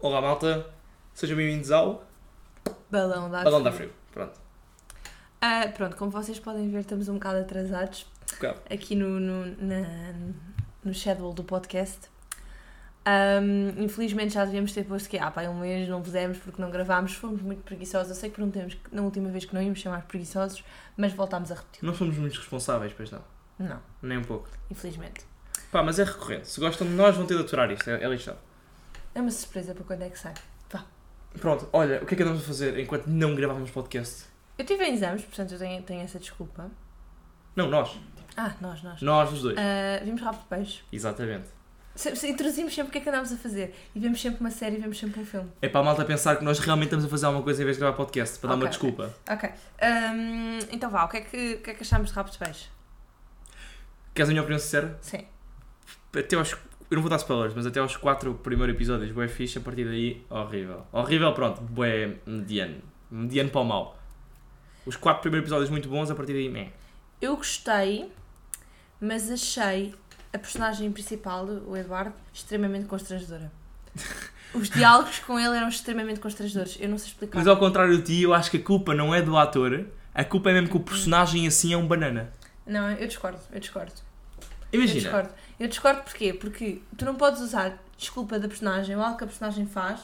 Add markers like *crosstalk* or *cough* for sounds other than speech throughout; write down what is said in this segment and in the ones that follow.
Olá malta, sejam bem-vindos ao Balão da Balão da Frio. Pronto, Ah, pronto, como vocês podem ver, estamos um bocado atrasados um bocado. aqui no, no, na- no schedule do podcast. Ahm, infelizmente já devíamos ter posto que há pá, um mês não fizemos porque não gravámos, fomos muito preguiçosos. Eu sei que prometemos que na última vez que não íamos chamar preguiçosos, mas voltámos a repetir. Não somos muito responsáveis, pois não. Não, Nem um pouco. infelizmente. Pá, mas é recorrente. Se gostam de nós, vão ter de aturar isto. É, é lixado. É uma surpresa para quando é que sai. Pronto, olha, o que é que andamos a fazer enquanto não gravávamos podcast? Eu tive em exames, portanto eu tenho, tenho essa desculpa. Não, nós. Ah, nós, nós. Nós os dois. Ah, vimos rápido peixe. Exatamente. Se- se- Introduzimos sempre o que é que andámos a fazer. E vemos sempre uma série, vemos sempre um filme. É para a malta pensar que nós realmente estamos a fazer alguma coisa em vez de gravar podcast, para dar uma Ok, desculpa. Ok. Hum, então vá, o que é que, o que, é que achámos de Rapos de Peixe? Queres a minha opinião sincera? Sim. Até aos. Eu não vou dar spoilers, mas até aos 4 primeiros episódios, boé fixe, a partir daí, horrível. Horrível, pronto, boé mediano. Mediano para o mal. Os 4 primeiros episódios muito bons, a partir daí, meh. Eu gostei, mas achei a personagem principal, o Eduardo, extremamente *laughs* constrangedora. Os diálogos com ele eram extremamente constrangedores. Eu não sei explicar. Mas ao contrário de ti, eu acho que a culpa não é do ator, a culpa é mesmo que o personagem assim é um banana. Não, eu discordo, eu discordo. Eu Imagina, discordo. Eu discordo porquê? Porque tu não podes usar desculpa da personagem ou algo que a personagem faz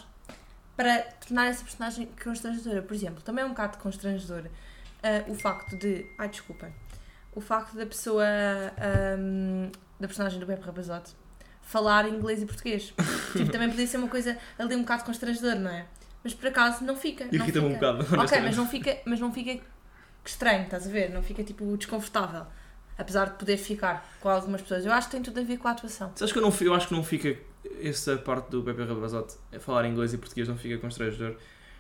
para tornar essa personagem constrangedora. Por exemplo, também é um bocado constrangedor ah, o facto de. Ai, desculpem. O facto da pessoa. ahm, da personagem do Bebe Rapazote falar inglês *laughs* e português. tipo, também podia ser uma coisa ali um bocado constrangedora, não é? Mas por acaso não fica. não irrita-me um fica. bocado, *laughs* Ok, honestamente. mas não fica, mas não fica estranho, estás a ver? Não fica tipo desconfortável. Apesar de poder ficar com algumas pessoas. Eu acho que tem tudo a ver com a atuação. Sabes que eu, não, fi- eu acho que não fica essa parte do Pepe Rabazote a falar inglês e português não fica constrangedor,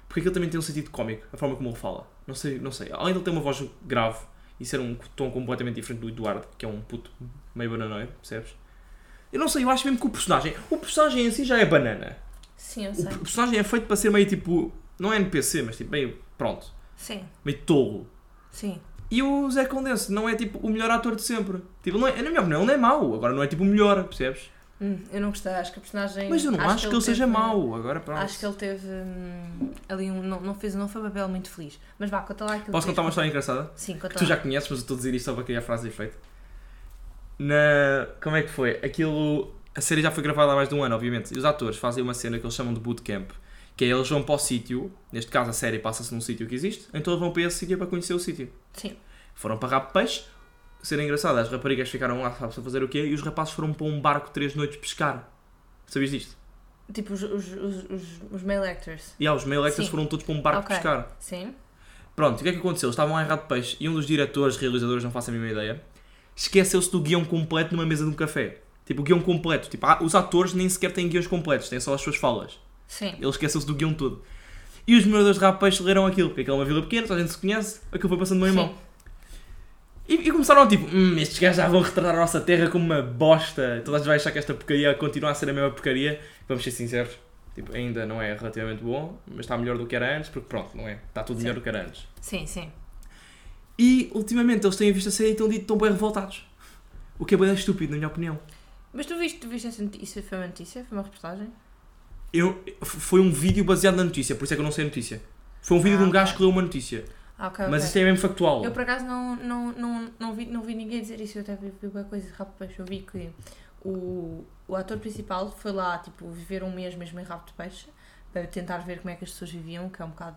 porque aquilo também tem um sentido cómico, a forma como ele fala. Não sei, não sei. Além de ele ter uma voz grave e ser um tom completamente diferente do Eduardo, que é um puto meio bananoide, percebes? Eu não sei, eu acho mesmo que o personagem, o personagem em si já é banana. Sim, eu O sei. per- personagem é feito para ser meio tipo, não é NPC, mas tipo meio pronto, Sim, meio tolo. sim. E o Zé Condense não é tipo o melhor ator de sempre. Tipo, não é, na minha opinião, ele não é mau. Agora não é tipo o melhor, percebes? Hum, eu não gostei. Acho que a personagem. Mas eu não acho, que ele, seja teve- mau. Agora pronto. Acho que ele teve hum, ali um. Não, não fez, não foi um papel muito feliz. Mas vá, conta lá aquilo. Posso que contar uma tens. história engraçada? Sim, Que conta tu lá. já conheces, mas eu estou a dizer isto só para criar frase de efeito. Na... Como é que foi? Aquilo... A série já foi gravada há mais de um ano, obviamente. E os atores fazem uma cena que eles chamam de bootcamp. Que é eles vão para o sítio. Neste caso, a série passa-se num sítio que existe. Então eles vão para esse sítio para conhecer o sítio. Sim. Foram para Rabo de Peixe. Ser engraçado, as raparigas ficaram lá, sabes, a fazer o quê? E os rapazes foram para um barco três noites pescar. Sabias disto? Tipo os, os, os, os, os male actors. E ah, os male actors Sim. foram todos para um barco Ok. pescar. Sim. Pronto, e o que é que aconteceu? Eles estavam lá em Rabo de Peixe e um dos diretores, realizadores, não faço a mínima ideia, esqueceu-se do guião completo numa mesa de um café. Tipo, o guião completo. Tipo, ah, os atores nem sequer têm guiões completos, têm só as suas falas. Sim. Ele esqueceu-se do guião todo. E os moradores de Rapaz leram aquilo, porque aquilo é uma vila pequena, toda a gente se conhece, aquilo foi passando de mão em mão. Sim. E, e começaram tipo, hum, estes gajos já vão retratar a nossa terra como uma bosta, toda a gente vai achar que esta porcaria continua a ser a mesma porcaria. Vamos ser sinceros, tipo, ainda não é relativamente bom, mas está melhor do que era antes, porque pronto, não é? Está tudo melhor do que era antes. Sim, sim. E ultimamente eles têm visto a série e estão dito tão bem revoltados. O que é bem estúpido, na minha opinião. Mas tu viste, tu viste essa notícia? Foi uma notícia? Foi uma reportagem? Eu, foi um vídeo baseado na notícia, por isso é que eu não sei a notícia. Foi um vídeo Ah, de um gajo ok. que leu uma notícia. Ah, ok. Mas ok. isto é mesmo factual. Eu por acaso não, não, não, não, vi, não vi ninguém dizer isso, eu até vi, vi uma coisa de Rabo de Peixe, eu vi que o, o ator principal foi lá, tipo, viver um mês mesmo em Rabo de Peixe, para tentar ver como é que as pessoas viviam, que é um bocado,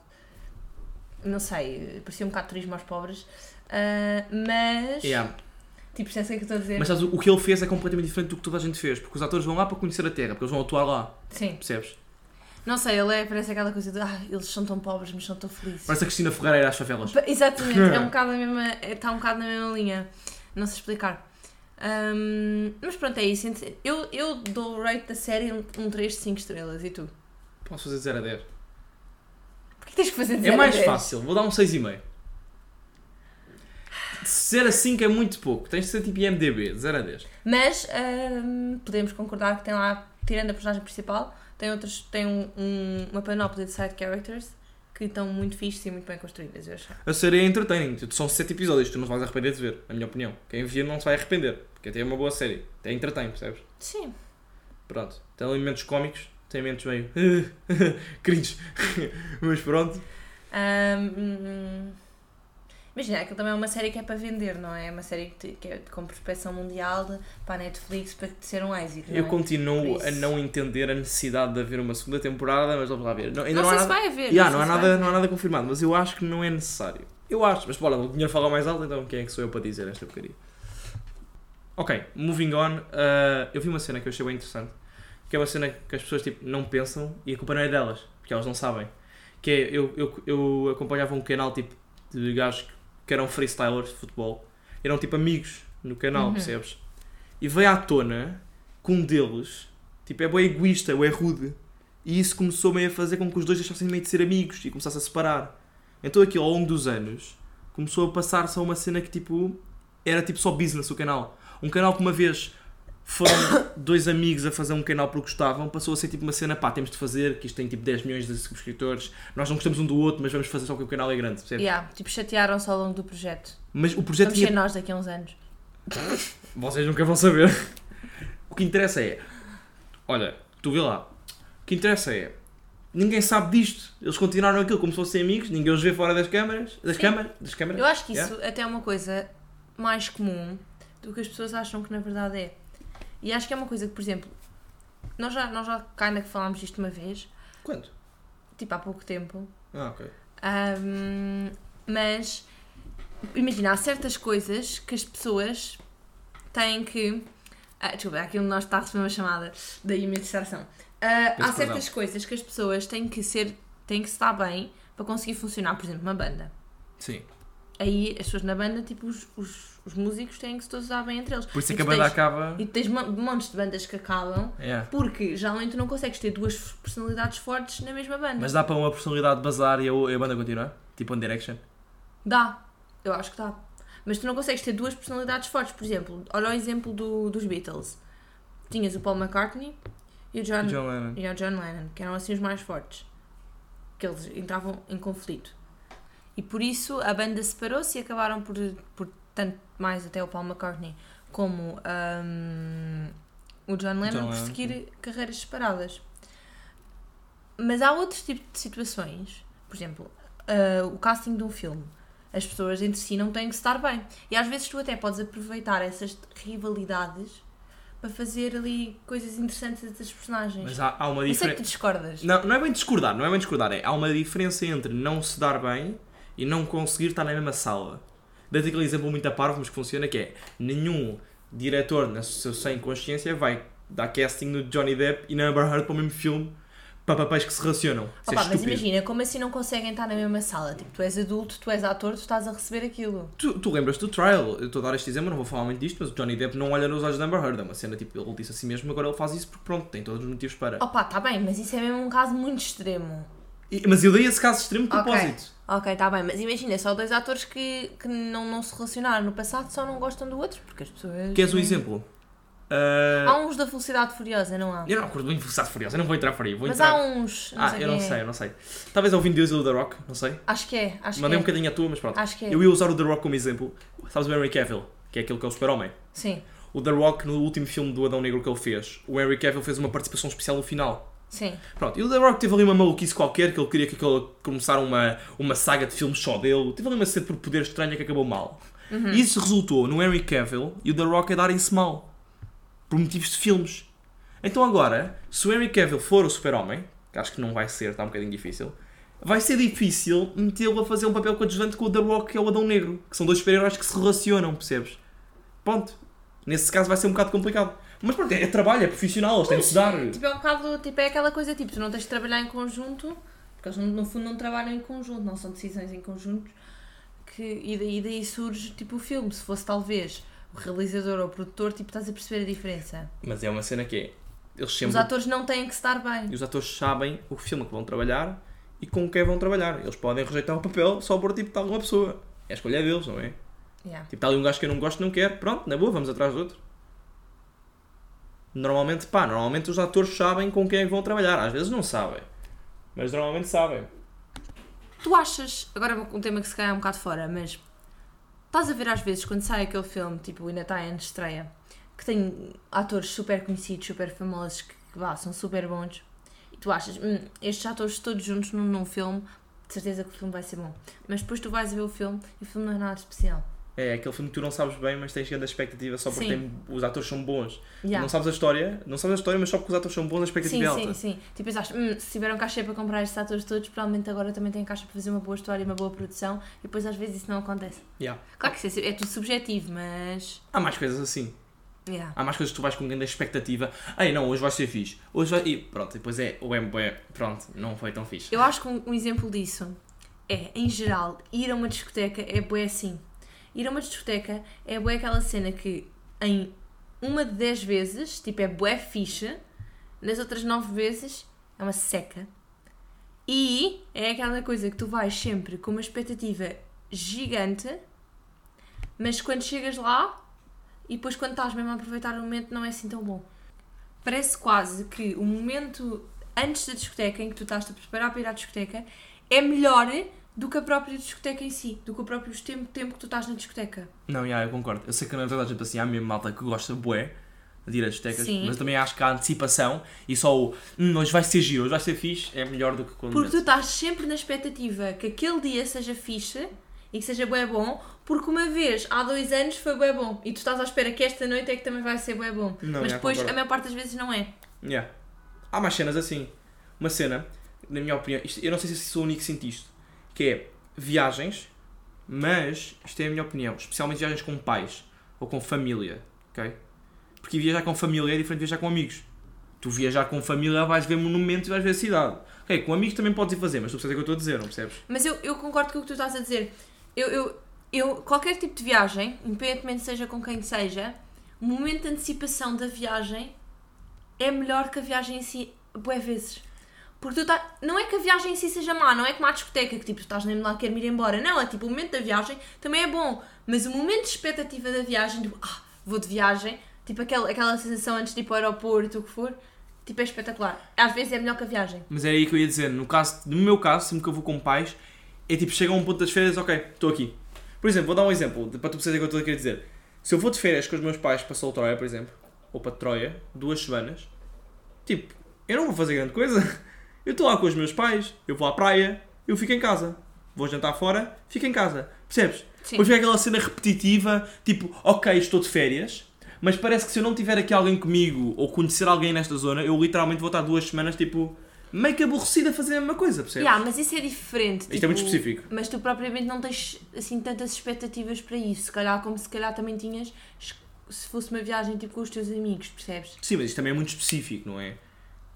não sei, parecia um bocado turismo aos pobres, ah, mas, Yeah. tipo, já sei o que estou a dizer, Mas sabes, o o que ele fez é completamente diferente do que toda a gente fez, porque os atores vão lá para conhecer a terra, porque eles vão atuar lá, sim, percebes? não sei, ele é, parece aquela coisa de, ah, eles são tão pobres, mas são tão felizes. Parece a Cristina Ferreira era às favelas. Pa- Exatamente, é um bocado a mesma, está um bocado na mesma linha. Não sei explicar. Ahm, mas pronto, é isso. Ent- Eu, eu dou o rate da série um, um 3 de 5 estrelas. E tu? Posso fazer 0 a 10. Porquê tens que fazer 0 É a mais 10? fácil, vou dar um 6,5. 0 a 5 é muito pouco, tens de ser tipo IMDB, 0 a 10. Mas ahm, podemos concordar que tem lá, tirando a personagem principal, tem outras, tem um- um- uma panóplia de side characters que que estão muito fixes e muito bem construídas, eu acho. A série é entertaining, tipo, são 7 episódios, tu não vais arrepender de ver, na minha opinião. Quem via não se vai arrepender, porque até é uma boa série, até entretém, percebes? Sim. Pronto, tem elementos cómicos, tem elementos meio *laughs* cringe, *laughs* mas pronto. Ahm, imagina, aquilo também é uma série que é para vender, não é? É uma série que, te- que é com prospeção mundial de- para a Netflix para ser um êxito. Não Eu é? continuo Por isso. a não entender a necessidade de haver uma segunda temporada, mas vamos lá ver. Não, ainda não, não, sei há se nada... vai haver. Yeah, sei não, há se vai nada, haver. não há nada confirmado, mas eu acho que não é necessário. Eu acho, mas bora, o dinheiro fala mais alto, então quem é que sou eu para dizer esta porcaria? Ok, moving on. ah, eu vi uma cena que eu achei bem interessante, que é uma cena que as pessoas tipo, não pensam e a culpa não é delas, porque elas não sabem. Que é, eu, eu, eu acompanhava um canal tipo de gajos que eram freestylers de futebol, eram tipo amigos no canal, Uhum. percebes? E veio à tona que um deles, tipo, é bem egoísta ou é rude. E isso começou meio a fazer com que os dois deixassem meio de ser amigos e começassem a separar. Então aquilo, ao longo dos anos, começou a passar-se a uma cena que, tipo, era tipo só business o canal. Um canal que uma vez foram *coughs* dois amigos a fazer um canal porque gostavam, passou a ser tipo uma cena, pá, temos de fazer, que isto tem tipo 10 milhões de subscritores, nós não gostamos um do outro, mas vamos fazer só porque o canal é grande, percebes? Yeah, tipo, chatearam-se ao longo do projeto. Mas o projeto Vamos tinha ser nós daqui a uns anos. Vocês nunca vão saber. *laughs* O que interessa é. Olha, tu vê lá. O que interessa é. Ninguém sabe disto. Eles continuaram aquilo como se fossem amigos, ninguém os vê fora das câmaras. Das Sim. câmaras? Das câmaras? Eu acho que Yeah. isso até é uma coisa mais comum do que as pessoas acham que na verdade é. E acho que é uma coisa que, por exemplo, nós já, nós já kinda que falámos disto uma vez, Quanto? tipo há pouco tempo, Ah, ok. Ahm, mas imagina, há certas coisas que as pessoas têm que. Ah, desculpa, aqui onde nós está a receber uma chamada, daí a minha distração. Ah, há Peço certas coisas que as pessoas têm que ser, têm que estar bem para conseguir funcionar, por exemplo, uma banda. Sim. Aí as pessoas na banda, tipo, os, os, os músicos têm que se todos dar bem entre eles. Por isso é E que a tu banda tens- acaba. E tu tens mon- montes de bandas que acabam, É. porque geralmente tu não consegues ter duas personalidades fortes na mesma banda. Mas dá para uma personalidade bazar e a, e a banda continuar? Tipo One Direction? Dá, eu acho que dá. Mas tu não consegues ter duas personalidades fortes, por exemplo, olha o exemplo do, dos Beatles. Tinhas o Paul McCartney e o John, John Lennon. E o John Lennon, que eram assim os mais fortes. Que eles entravam em conflito. E por isso a banda separou-se e acabaram por, por tanto mais até o Paul McCartney como ahm, o John Lennon John por Lennon, seguir carreiras separadas. Mas há outros tipos de situações, por exemplo, ah, o casting de um filme. As pessoas entre si não têm que estar bem. E às vezes tu até podes aproveitar essas rivalidades para fazer ali coisas interessantes entre os personagens. Mas há, há uma Eu sei que diferença. tu discordas. Não, não é bem discordar, não é bem discordar. É, há uma diferença entre não se dar bem e não conseguir estar na mesma sala. Dei-te aquele exemplo muito a parvo, mas que funciona, que é nenhum diretor na sua sem consciência vai dar casting no Johnny Depp e na Amber Heard para o mesmo filme para papéis que se relacionam. Isso é Opa, mas estúpido. imagina, como assim não conseguem estar na mesma sala? Tipo, tu és adulto, tu és ator, tu estás a receber aquilo. Tu, tu lembras do trial? Eu estou a dar este exemplo, não vou falar muito disto, mas o Johnny Depp não olha nos olhos da Amber Heard. É uma cena tipo, ele disse assim mesmo, agora ele faz isso porque pronto, tem todos os motivos para. Opa, tá bem, mas isso é mesmo um caso muito extremo. E- mas eu dei esse caso extremo de Ok. propósito. Ok, tá bem, mas imagina, só dois atores que, que não, não se relacionaram no passado só não gostam do outro, porque as pessoas. Queres um não- exemplo? Ah, Uhum. Há um- uns da Velocidade Furiosa, não há? Eu não acordo muito velocidade furiosa, eu não vou entrar por aí. Vou mas entrar... há uns. Não Ah, sei eu quem não é. sei, eu não sei. Talvez ao Vin Diesel ou The Rock, não sei. Acho que é, acho Mandei um que é. bocadinho à tua, mas pronto. Acho que é. Eu ia usar o The Rock como exemplo. Sabes o Henry Cavill, que é aquele que é o super-homem. Sim, O The Rock, no último filme do Adão Negro que ele fez, o Henry Cavill fez uma participação especial no final. sim. Pronto, e o The Rock teve ali uma maluquice qualquer, que ele queria que aquele começar uma, uma saga de filmes só dele. Teve ali uma sede por poder estranha que acabou mal. E isso resultou no Henry Cavill e o The Rock a darem-se mal. Por motivos de filmes. Então agora, se o Henry Cavill for o super-homem, que acho que não vai ser, está um bocadinho difícil, vai ser difícil metê-lo a fazer um papel coadjuvante com o The Rock que é o Adão Negro, que são dois super-heróis que se relacionam, percebes? Pronto. Nesse caso vai ser um bocado complicado. Mas pronto, é, é trabalho, é profissional, eles têm de se dar. Tipo, é um bocado, tipo, é aquela coisa, tipo, tu não tens de trabalhar em conjunto, porque eles no- no fundo não trabalham em conjunto, não são decisões em conjunto, que, e, daí, e daí surge, tipo, o filme, se fosse talvez o realizador ou o produtor, tipo, estás a perceber a diferença. Mas é uma cena que é. Eles sempre. Os atores não têm que estar bem. E os atores sabem o filme que vão trabalhar e com quem vão trabalhar. Eles podem rejeitar o papel só por tipo de alguma pessoa. É a escolha deles, não é? Yeah. Tipo, está ali um gajo que eu não gosto, não quero. Pronto, na boa, vamos atrás do outro. Normalmente, pá, normalmente os atores sabem com quem é que vão trabalhar. Às vezes não sabem. Mas normalmente sabem. Tu achas, agora um tema que se calhar é um bocado fora, mas estás a ver às vezes quando sai aquele filme, tipo, ainda está em estreia, que tem atores super conhecidos, super famosos, que, que vá, são super bons, e tu achas, "Hum, estes atores todos juntos num, num filme, de certeza que o filme vai ser bom. Mas depois tu vais a ver o filme e o filme não é nada especial. É aquele filme que tu não sabes bem, mas tens grande expectativa só porque Sim. tem- os atores são bons. Yeah. Não sabes a história, não sabes a história, mas só porque os atores são bons, a expectativa Sim, é sim, alta. sim. Tipo, pensaste, hum, se tiveram caixa para comprar estes atores todos, provavelmente agora também têm caixa para fazer uma boa história e uma boa produção, e depois às vezes isso não acontece. Yeah. Claro que isso é, é tudo subjetivo, mas. Há mais coisas assim. Yeah. Há mais coisas que tu vais com grande expectativa. Ei, não, hoje vai ser fixe. Hoje vai... E pronto, e depois é o MBE. Pronto, não foi tão fixe. Eu acho que um, um exemplo disso é, em geral, ir a uma discoteca é bué assim. Ir a uma discoteca é bué aquela cena que em uma de dez vezes, tipo, é bué ficha, nas outras nove vezes é uma seca. E é aquela coisa que tu vais sempre com uma expectativa gigante, mas quando chegas lá e depois quando estás mesmo a aproveitar o momento não é assim tão bom. Parece quase que o momento antes da discoteca, em que tu estás a preparar para ir à discoteca, é melhor do que a própria discoteca em si, do que o próprio tempo, tempo que tu estás na discoteca. Não, yeah, eu concordo. Eu sei que não é toda a gente assim, há mesmo malta que gosta bué de ir às discotecas, Sim. mas eu também acho que a antecipação e só o hum, hoje vai ser giro, hoje vai ser fixe, é melhor do que quando. Porque tu estás sempre na expectativa que aquele dia seja fixe e que seja bué bom, porque uma vez há dois anos foi bué bom e tu estás à espera que esta noite é que também vai ser bué bom. Não, Mas já depois concordo. a maior parte das vezes não é. Yeah. Há mais cenas assim. Uma cena, na minha opinião, isto- eu não sei se sou o único que senti isto, que é viagens, mas isto é a minha opinião, especialmente viagens com pais ou com família, ok? Porque viajar com família é diferente de viajar com amigos. Tu viajar com família vais ver monumentos e vais ver a cidade. Ok, com amigos também podes ir fazer, mas tu percebes o que eu estou a dizer, não percebes? Mas eu, eu concordo com o que tu estás a dizer. Eu, eu, eu, qualquer tipo de viagem, independentemente seja com quem seja, o momento de antecipação da viagem é melhor que a viagem em si, bué vezes. Porque tu tá, não é que a viagem em si seja má, não é como a discoteca, que tipo, tu estás nem lá, quero ir embora. Não, é tipo, o momento da viagem também é bom. Mas o momento de expectativa da viagem, tipo, ah, vou de viagem, tipo aquela, aquela sensação antes de ir para o aeroporto, o que for, tipo, é espetacular. Às vezes é melhor que a viagem. Mas era aí que eu ia dizer, no, caso, no meu caso, sempre que eu vou com pais, é tipo, chega a um ponto das férias, ok, estou aqui. Por exemplo, vou dar um exemplo, de- para tu perceberes o que eu estou a querer dizer. Se eu vou de férias com os meus pais para Soltroia, por exemplo, ou para Troia, duas semanas, tipo, eu não vou fazer grande coisa. *laughs* Eu estou lá com os meus pais, eu vou à praia, eu fico em casa. Vou jantar fora, fico em casa. Percebes? Sim. Depois fica é aquela cena repetitiva, tipo, ok, estou de férias, mas parece que se eu não tiver aqui alguém comigo ou conhecer alguém nesta zona, eu literalmente vou estar duas semanas, tipo, meio que aborrecida a fazer a mesma coisa, percebes? Yeah, mas isso é diferente. Isto é muito específico. Mas tu propriamente não tens assim tantas expectativas para isso. Se calhar, como se calhar também tinhas se fosse uma viagem tipo com os teus amigos, percebes? Sim, mas isto também é muito específico, não é?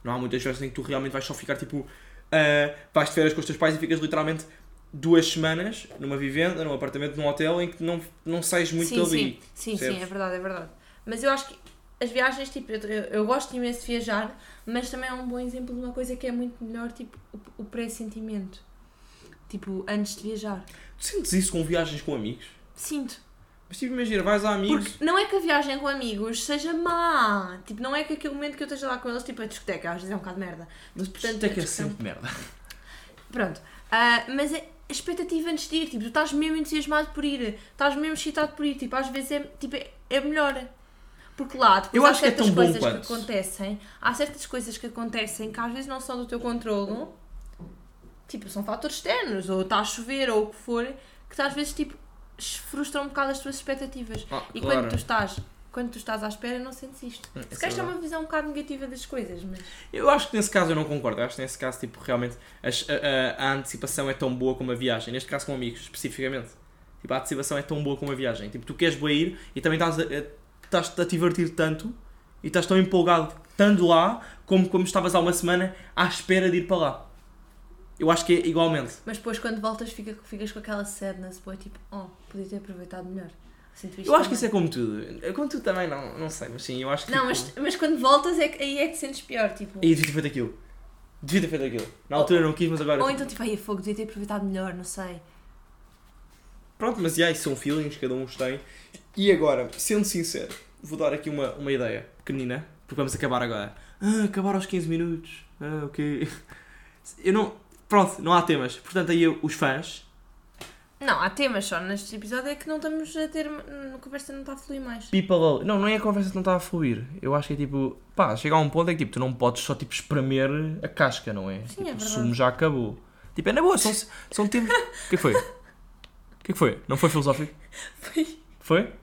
Não há muitas vezes em que tu realmente vais só ficar tipo. ah, vais de férias com os teus pais e ficas literalmente duas semanas numa vivenda, num apartamento, num hotel em que não, não sais muito sim, dali. sim, sim, sim, percebes? é verdade, é verdade. Mas eu acho que as viagens, tipo, eu, eu- eu gosto imenso de viajar, mas também é um bom exemplo de uma coisa que é muito melhor, tipo, o, o pressentimento. Tipo, antes de viajar. Tu sentes isso com viagens com amigos? Sinto. Mas tipo, imagina, vais a amigos. Porque não é que a viagem com amigos seja má. Tipo, não é que aquele momento que eu esteja lá com eles, tipo, a discoteca, às vezes é um bocado merda. Mas portanto, portanto é que é a questão- sempre merda. Pronto. Ah, mas a a expectativa antes de ir, tipo, tu estás mesmo entusiasmado por ir, estás mesmo excitado por ir, tipo, às vezes é, tipo, é- é melhor. Porque lá, depois Eu há acho que é certas tão bom coisas quanto. que acontecem, há certas coisas que acontecem que às vezes não são do teu controlo, tipo, são fatores externos, ou está a chover, ou o que for, que tu às vezes, tipo, frustram um bocado as tuas expectativas. Ah, E claro. quando tu estás... Quando tu estás à espera, não sentes isto. Hum, Se isso calhar é isto é verdade. uma visão um bocado negativa das coisas, mas. Eu acho que nesse caso eu não concordo. Eu acho que nesse caso, tipo, realmente as- a, a- a antecipação é tão boa como a viagem. Neste caso, com amigos, especificamente. Tipo, a antecipação é tão boa como a viagem. Tipo, tu queres boa ir e também estás a, a- estás-te a divertir tanto e estás tão empolgado estando lá como, como estavas há uma semana à espera de ir para lá. Eu acho que é igualmente. Mas depois quando voltas fica, ficas com aquela sadness, boy, tipo, oh, podia ter aproveitado melhor. Sinto isto Eu acho que também. isso é como tudo. Como tudo também, não, não sei, mas sim, eu acho que. Não, tipo, mas, mas quando voltas é que, aí é que sentes pior, tipo. E devia ter feito aquilo. Devia ter feito aquilo. Na altura não quis, mas agora. Ou então tipo, aí fogo, devia ter aproveitado melhor, não sei. Pronto, mas yeah, isso são feelings, cada um os tem. E agora, sendo sincero, vou dar aqui uma, uma ideia pequenina, porque vamos acabar agora. Ah, acabar aos 15 minutos. Ah, ok. *laughs* Eu não. Pronto, não há temas. Portanto, aí os fãs. Não, há temas só neste episódio é que não estamos a ter. A conversa não está a fluir mais. People. Não, não é a conversa que não está a fluir. Eu acho que é tipo. Pá, chega a um ponto em que tipo, tu não podes só tipo espremer a casca, não é? tipo, é o verdade. sumo já acabou. Tipo, é na boa, são, são temas. O que é que foi? O que é que foi? Não foi filosófico? Foi, Foi?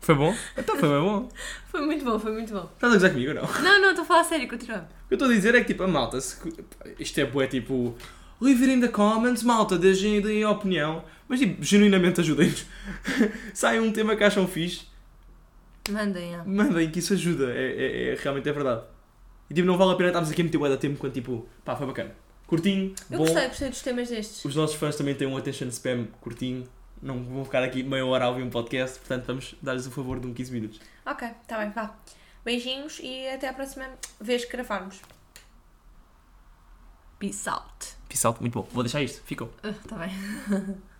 Foi bom? Então foi bem bom. foi muito bom, foi muito bom. Estás a gozar comigo ou não? Não, não, estou a falar sério, continua. O que eu estou a dizer é que, tipo, a malta, se... isto é bué, tipo, leave it in the comments, malta, deixem deem a opinião, mas, tipo, genuinamente ajudem-nos. *laughs* Sai um tema que acham fixe, Mandem, ah. mandem que isso ajuda, é, é- é- realmente é verdade. E, tipo, não vale a pena estarmos aqui a meter bué de tempo quando, tipo, pá, foi bacana. Curtinho, Eu bom, gostei, gostei dos temas destes. os nossos fãs também têm um attention spam curtinho, não vão ficar aqui meia hora a ouvir um podcast, portanto, vamos dar-lhes o favor de um 15 minutos. Ok, tá bem, vá. Beijinhos e até à próxima vez que gravarmos. Peace out. Peace out, muito bom, vou deixar isto, ficam. Ah, tá bem.